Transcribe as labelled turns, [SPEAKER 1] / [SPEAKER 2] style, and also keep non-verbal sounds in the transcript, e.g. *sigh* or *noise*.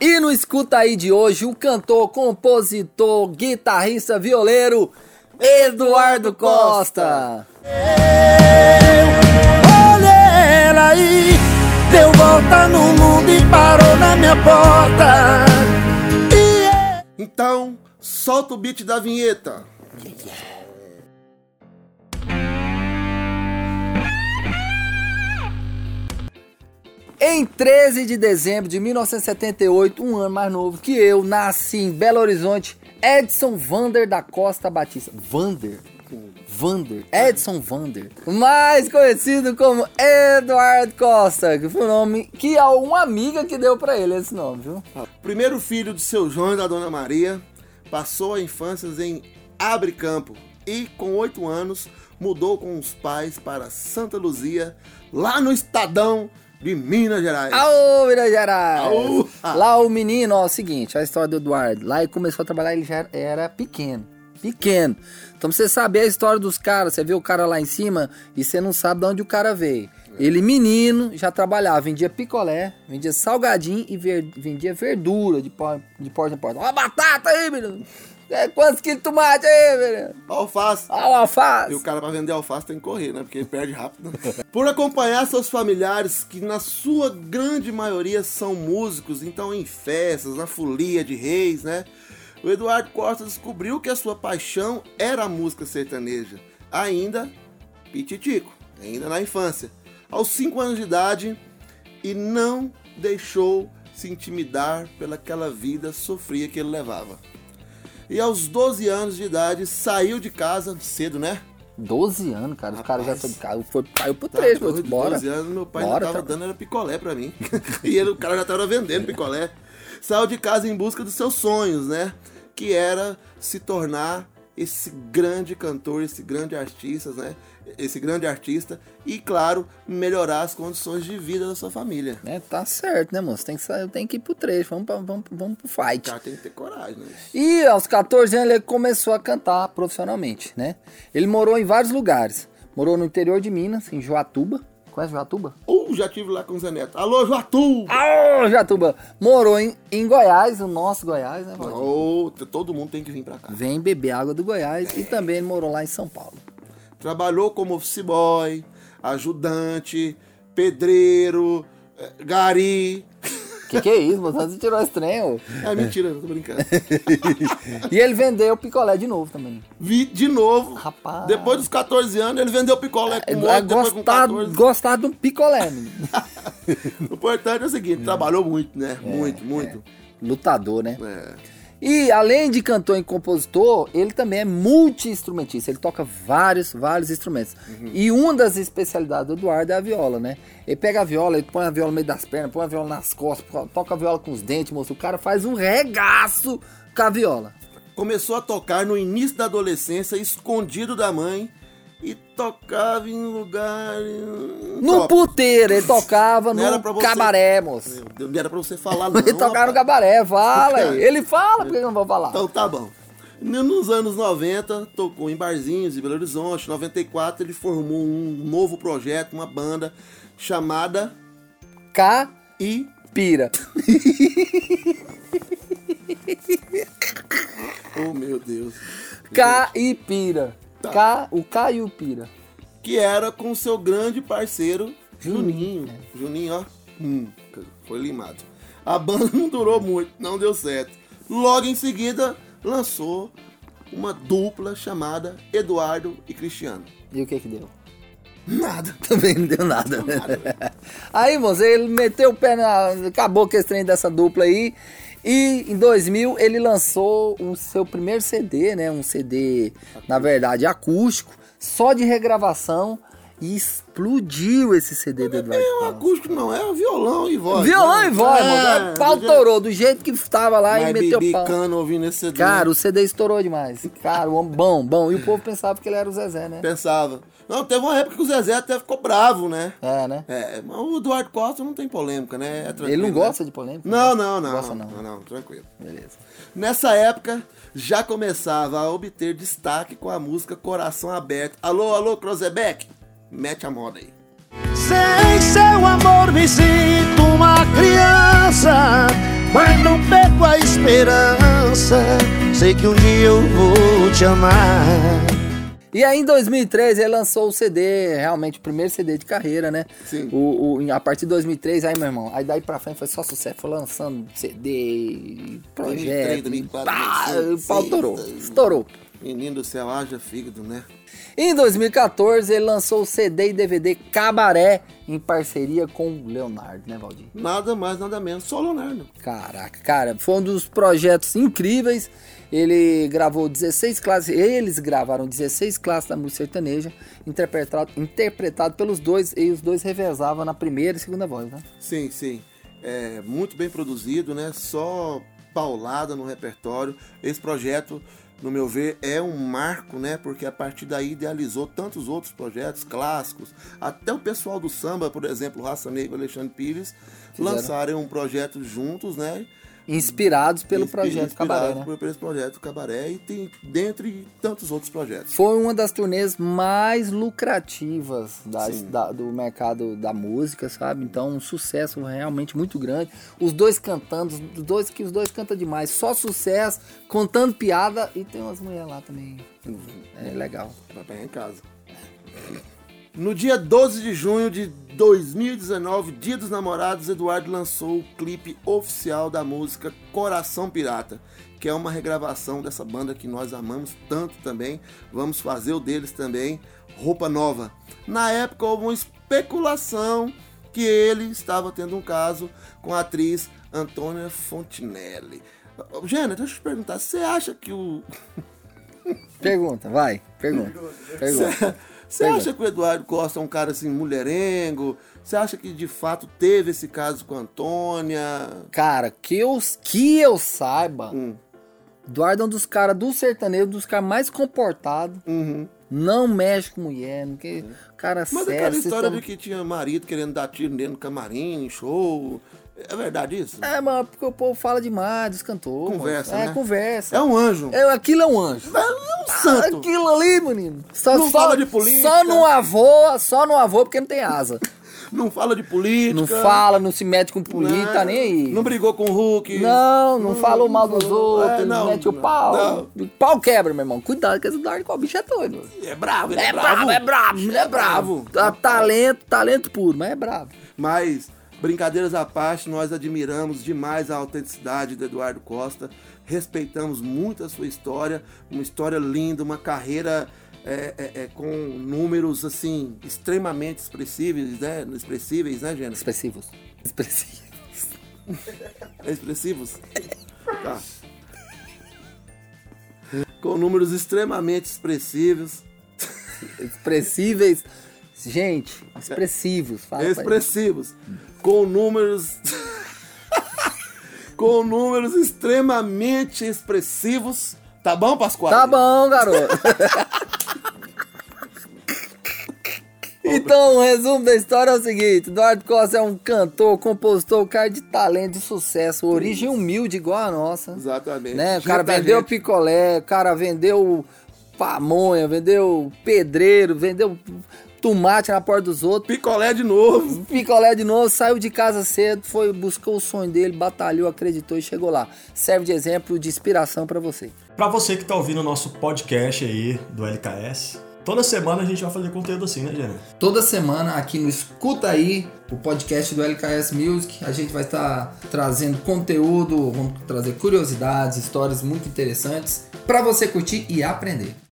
[SPEAKER 1] E no Escuta Aí de hoje, o cantor, compositor, guitarrista, violeiro, Eduardo Costa.
[SPEAKER 2] Olha ela aí, deu volta no mundo e parou na minha porta.
[SPEAKER 3] Então, solta o beat da vinheta.
[SPEAKER 1] Em 13 de dezembro de 1978, um ano mais novo que eu, nasci em Belo Horizonte, Edson Vander da Costa Batista. Vander? Vander, Edson Vander, mais conhecido como Eduardo Costa, que foi o nome que a uma amiga que deu pra ele esse nome, viu?
[SPEAKER 3] Primeiro filho de seu João e da Dona Maria, passou a infância em Abre Campo e, com oito anos, mudou com os pais para Santa Luzia, lá no Estadão de Minas Gerais.
[SPEAKER 1] Aô, Minas Gerais! Ah,
[SPEAKER 3] Aô!
[SPEAKER 1] Lá o menino, ó, é o seguinte, a história do Eduardo. Lá ele começou a trabalhar, ele já era pequeno. Pequeno. Então pra você saber a história dos caras, você vê o cara lá em cima e você não sabe de onde o cara veio.
[SPEAKER 3] É.
[SPEAKER 1] Ele, menino, já trabalhava, vendia picolé, vendia salgadinho e ver- vendia verdura de, por- de porta em porta. Ó, a batata aí, menino! É, quantos quilos de tomate aí, menino?
[SPEAKER 3] Alface.
[SPEAKER 1] Ó, o alface!
[SPEAKER 3] E o cara pra vender alface tem que correr, né? Porque ele perde rápido. *laughs* Por acompanhar seus familiares, que na sua grande maioria são músicos, então em festas, na folia de reis, né? O Eduardo Costa descobriu que a sua paixão era a música sertaneja, ainda pititico, ainda na infância. Aos 5 anos de idade, e não deixou se intimidar pelaquela vida sofria que ele levava. E aos 12 anos de idade, saiu de casa cedo, né?
[SPEAKER 1] 12 anos, cara. Os caras já
[SPEAKER 3] Rapaz.
[SPEAKER 1] foi de casa. Foi, caiu pro
[SPEAKER 3] Tá,
[SPEAKER 1] 3,
[SPEAKER 3] doido,
[SPEAKER 1] foi bora.
[SPEAKER 3] 12 anos, meu pai
[SPEAKER 1] Bora,
[SPEAKER 3] não tava
[SPEAKER 1] tá-
[SPEAKER 3] dando era picolé pra mim. *laughs* e ele, o cara já tava vendendo picolé. Saiu de casa em busca dos seus sonhos, né? Que era se tornar esse grande cantor, esse grande artista, né? Esse grande artista e, claro, melhorar as condições de vida da sua família.
[SPEAKER 1] É, tá certo, né, moço? Tem que, sair, tem que ir pro 3, vamos, pra, vamos, vamos pro
[SPEAKER 3] O
[SPEAKER 1] fight.
[SPEAKER 3] cara tem que ter coragem, né?
[SPEAKER 1] E aos 14 anos ele começou a cantar profissionalmente, né? Ele morou em vários lugares. Morou no interior de Minas, em Joatuba. Conhece Joatuba?
[SPEAKER 3] Uh, já tive lá com o Zé Neto. Alô, Joatu!
[SPEAKER 1] Ah, Joatuba! Morou em, em Goiás, o nosso Goiás, né, Valdir?
[SPEAKER 3] Ô, todo mundo tem que vir pra cá.
[SPEAKER 1] Vem beber água do Goiás e também ele morou lá em São Paulo.
[SPEAKER 3] Trabalhou como office boy, ajudante, pedreiro, eh, gari.
[SPEAKER 1] Que que é isso, moço? Você tirou esse trem, ô.
[SPEAKER 3] É mentira, não
[SPEAKER 1] *laughs*
[SPEAKER 3] tô brincando.
[SPEAKER 1] E ele vendeu picolé de novo também.
[SPEAKER 3] Vi de novo.
[SPEAKER 1] Rapaz.
[SPEAKER 3] Depois dos 14 anos, ele vendeu picolé com
[SPEAKER 1] É,
[SPEAKER 3] outro, Um depois com
[SPEAKER 1] gostar,
[SPEAKER 3] 14.
[SPEAKER 1] gostar de um picolé, menino.
[SPEAKER 3] O importante é o seguinte, trabalhou muito,
[SPEAKER 1] É,
[SPEAKER 3] né? muito, muito.
[SPEAKER 1] Lutador, né?
[SPEAKER 3] É.
[SPEAKER 1] E além de cantor e compositor, ele também é multi-instrumentista. Ele toca vários, vários instrumentos.
[SPEAKER 3] Uhum.
[SPEAKER 1] E uma das especialidades do Eduardo é a viola, né? Ele pega a viola, ele põe a viola no meio das pernas, põe a viola nas costas, toca a viola com os dentes, moço. O cara faz um regaço com a viola.
[SPEAKER 3] Começou a tocar no início da adolescência, escondido da mãe, e tocava em um lugar...
[SPEAKER 1] No puteiro, ele tocava
[SPEAKER 3] Não era
[SPEAKER 1] no
[SPEAKER 3] pra você-
[SPEAKER 1] cabaré, moço.
[SPEAKER 3] Não era pra você falar,
[SPEAKER 1] *laughs*
[SPEAKER 3] não.
[SPEAKER 1] Ele tocava no
[SPEAKER 3] rapaz.
[SPEAKER 1] cabaré, fala
[SPEAKER 3] Cara.
[SPEAKER 1] aí. Ele fala, por que eu não vou falar?
[SPEAKER 3] Então tá bom. Nos anos 90, tocou em barzinhos em Belo Horizonte. Em 94, ele formou um novo projeto, uma banda chamada
[SPEAKER 1] Capira.
[SPEAKER 3] I. Oh meu Deus.
[SPEAKER 1] Caipira.
[SPEAKER 3] Tá.
[SPEAKER 1] Ca... O Caiupira.
[SPEAKER 3] Que era com seu grande parceiro Juninho. Juninho, ó. Hum, foi limado. A banda *laughs* não durou muito, não deu certo. Logo em seguida, lançou uma dupla chamada Eduardo e Cristiano.
[SPEAKER 1] E o que que deu?
[SPEAKER 3] Nada.
[SPEAKER 1] *laughs* Também não deu nada. né? *laughs* aí, moço, ele meteu o pé na. Acabou com esse trem dessa dupla aí. E em 2000 ele lançou o seu primeiro CD, né? Um CD, na verdade, acústico, só de regravação. E explodiu esse CD do Eduardo.
[SPEAKER 3] É um
[SPEAKER 1] Costa.
[SPEAKER 3] acústico, não, é um violão e voz. né? É,
[SPEAKER 1] Violão e voz, mano. É, O pau torou do jeito que estava lá e
[SPEAKER 3] Ah, Mas
[SPEAKER 1] meteu
[SPEAKER 3] Bibi né?
[SPEAKER 1] pau.
[SPEAKER 3] Cano ouvindo esse CD.
[SPEAKER 1] Cara, o CD estourou demais. Cara, o homem bom, bom. E o povo pensava que ele era o Zezé, né?
[SPEAKER 3] pensava. Não, teve uma época que o Zezé até ficou bravo, né?
[SPEAKER 1] É, né?
[SPEAKER 3] É, mas o Eduardo Costa não tem polêmica, né? É tranquilo,
[SPEAKER 1] Ele não
[SPEAKER 3] né?
[SPEAKER 1] gosta de polêmica?
[SPEAKER 3] Não, não, não.
[SPEAKER 1] Gosta
[SPEAKER 3] não,
[SPEAKER 1] não.
[SPEAKER 3] não, não, tranquilo.
[SPEAKER 1] Beleza.
[SPEAKER 3] Nessa época, já começava a obter destaque com a música Coração Aberto. Alô, alô, Crozebeck? Mete a moda aí.
[SPEAKER 2] Sem seu amor me sinto uma criança, mas não esperança. Sei que um dia eu vou te amar.
[SPEAKER 1] E aí em 2003 ele lançou o CD, realmente o primeiro CD de carreira, né?
[SPEAKER 3] Sim.
[SPEAKER 1] O, o- a partir de 2003, aí meu irmão, aí daí pra frente foi só sucesso, foi lançando CD,
[SPEAKER 3] 2003,
[SPEAKER 1] projeto,
[SPEAKER 3] 2004,
[SPEAKER 1] pá,
[SPEAKER 3] 2006,
[SPEAKER 1] o pau estourou,
[SPEAKER 3] 2006.
[SPEAKER 1] estourou.
[SPEAKER 3] Menino do céu, haja fígado, né?
[SPEAKER 1] Em 2014 ele lançou o CD e DVD Cabaré em parceria com o Leonardo, né Valdir?
[SPEAKER 3] Nada mais, nada menos, só Leonardo.
[SPEAKER 1] Caraca, cara, foi um dos projetos incríveis. Ele gravou 16 classes, eles gravaram 16 classes da música sertaneja, interpretado, interpretado pelos dois, e os dois revezavam na primeira e segunda voz, né?
[SPEAKER 3] Sim, sim. É muito bem produzido, né? Só paulada no repertório. Esse projeto, no meu ver, é um marco, né? Porque a partir daí idealizou tantos outros projetos clássicos. Até o pessoal do samba, por exemplo, Raça Negra e Alexandre Pires, lançaram um projeto juntos, né?
[SPEAKER 1] Inspirados pelo
[SPEAKER 3] Inspi-
[SPEAKER 1] projeto Cabaré,
[SPEAKER 3] inspirado
[SPEAKER 1] né?
[SPEAKER 3] por- Pelo projeto Cabaré e tem dentre tantos outros projetos.
[SPEAKER 1] Foi uma das turnês mais lucrativas das-
[SPEAKER 3] Sim.
[SPEAKER 1] da- do mercado da música, sabe? Então, um sucesso realmente muito grande. Os dois cantando, os dois que os dois cantam demais, só sucesso, contando piada e tem umas mulheres lá também. É legal.
[SPEAKER 3] Vai pegar em casa. No dia 12 de junho de 2019, Dia dos Namorados, Eduardo lançou o clipe oficial da música Coração Pirata, que é uma regravação dessa banda que nós amamos tanto também. Vamos fazer o deles também, Roupa Nova. Na época houve uma especulação que ele estava tendo um caso com a atriz Antônia Fontinelli. Ô, Jana, deixa eu te perguntar, você acha que o
[SPEAKER 1] Pergunta, vai. Pergunta. Pergunta.
[SPEAKER 3] Você acha que o Eduardo Costa é um cara assim, mulherengo? Você acha que de fato teve esse caso com a Antônia?
[SPEAKER 1] Cara, que eu, que eu saiba,
[SPEAKER 3] Hum.
[SPEAKER 1] Eduardo é um dos caras do sertanejo, um dos caras mais comportados.
[SPEAKER 3] Uhum.
[SPEAKER 1] Não mexe com mulher, não que cara
[SPEAKER 3] Mas é
[SPEAKER 1] sério.
[SPEAKER 3] aquela
[SPEAKER 1] vocês
[SPEAKER 3] história
[SPEAKER 1] tão-
[SPEAKER 3] de que tinha marido querendo dar tiro nele no camarim, em show. É verdade isso?
[SPEAKER 1] É, mano, porque o povo fala demais dos cantores.
[SPEAKER 3] Conversa,
[SPEAKER 1] mano. É,
[SPEAKER 3] né?
[SPEAKER 1] conversa.
[SPEAKER 3] É um anjo.
[SPEAKER 1] É, aquilo é um anjo.
[SPEAKER 3] É um santo.
[SPEAKER 1] Aquilo ali, menino. Só,
[SPEAKER 3] Não
[SPEAKER 1] só-
[SPEAKER 3] fala de política.
[SPEAKER 1] Só não avoa, só não avoa porque não tem asa.
[SPEAKER 3] Não fala de política.
[SPEAKER 1] Não fala, não se mete com política,
[SPEAKER 3] né?
[SPEAKER 1] tá nem aí.
[SPEAKER 3] Não brigou com o Hulk.
[SPEAKER 1] Não, não falou mal dos
[SPEAKER 3] falou-
[SPEAKER 1] outros,
[SPEAKER 3] É,
[SPEAKER 1] não, mete o pau. O pau quebra, meu irmão. Cuidado que esse Dark o bicho é doido.
[SPEAKER 3] É bravo, ele é,
[SPEAKER 1] É bravo, é bravo, ele é bravo. Tá- Talento, talento puro, mas é bravo.
[SPEAKER 3] Mas, brincadeiras à parte, nós admiramos demais a autenticidade do Eduardo Costa, respeitamos muito a sua história, uma história linda, uma carreira é, é, é, com números assim extremamente expressíveis, né? Expressíveis, né, Gênesis?
[SPEAKER 1] Expressivos. *laughs* Expressivos.
[SPEAKER 3] Expressivos? Tá. Com números extremamente expressivos.
[SPEAKER 1] Expressíveis. Gente, expressivos. Fala pra ele.
[SPEAKER 3] expressivos, com números *laughs* com números extremamente expressivos. Tá bom, Pascoal?
[SPEAKER 1] Tá bom, garoto.
[SPEAKER 3] *laughs*
[SPEAKER 1] Então, o resumo da história é o seguinte: Eduardo Costa é um cantor, compositor, um cara de talento, de sucesso, origem humilde igual a nossa.
[SPEAKER 3] Exatamente.
[SPEAKER 1] Né? O
[SPEAKER 3] Gente
[SPEAKER 1] cara
[SPEAKER 3] da
[SPEAKER 1] vendeu
[SPEAKER 3] gente.
[SPEAKER 1] picolé, o cara vendeu pamonha, vendeu pedreiro, vendeu tomate na porta dos outros.
[SPEAKER 3] picolé de novo.
[SPEAKER 1] Picolé de novo, saiu de casa cedo, foi, buscou o sonho dele, batalhou, acreditou e chegou lá. Serve de exemplo, de inspiração pra você.
[SPEAKER 4] Pra você que tá ouvindo o nosso podcast aí do LKS, toda semana a gente vai fazer conteúdo assim, né, Jana?
[SPEAKER 1] Toda semana aqui no Escuta Aí, o podcast do LKS Music, a gente vai estar trazendo conteúdo, vamos trazer curiosidades, histórias muito interessantes pra você curtir e aprender.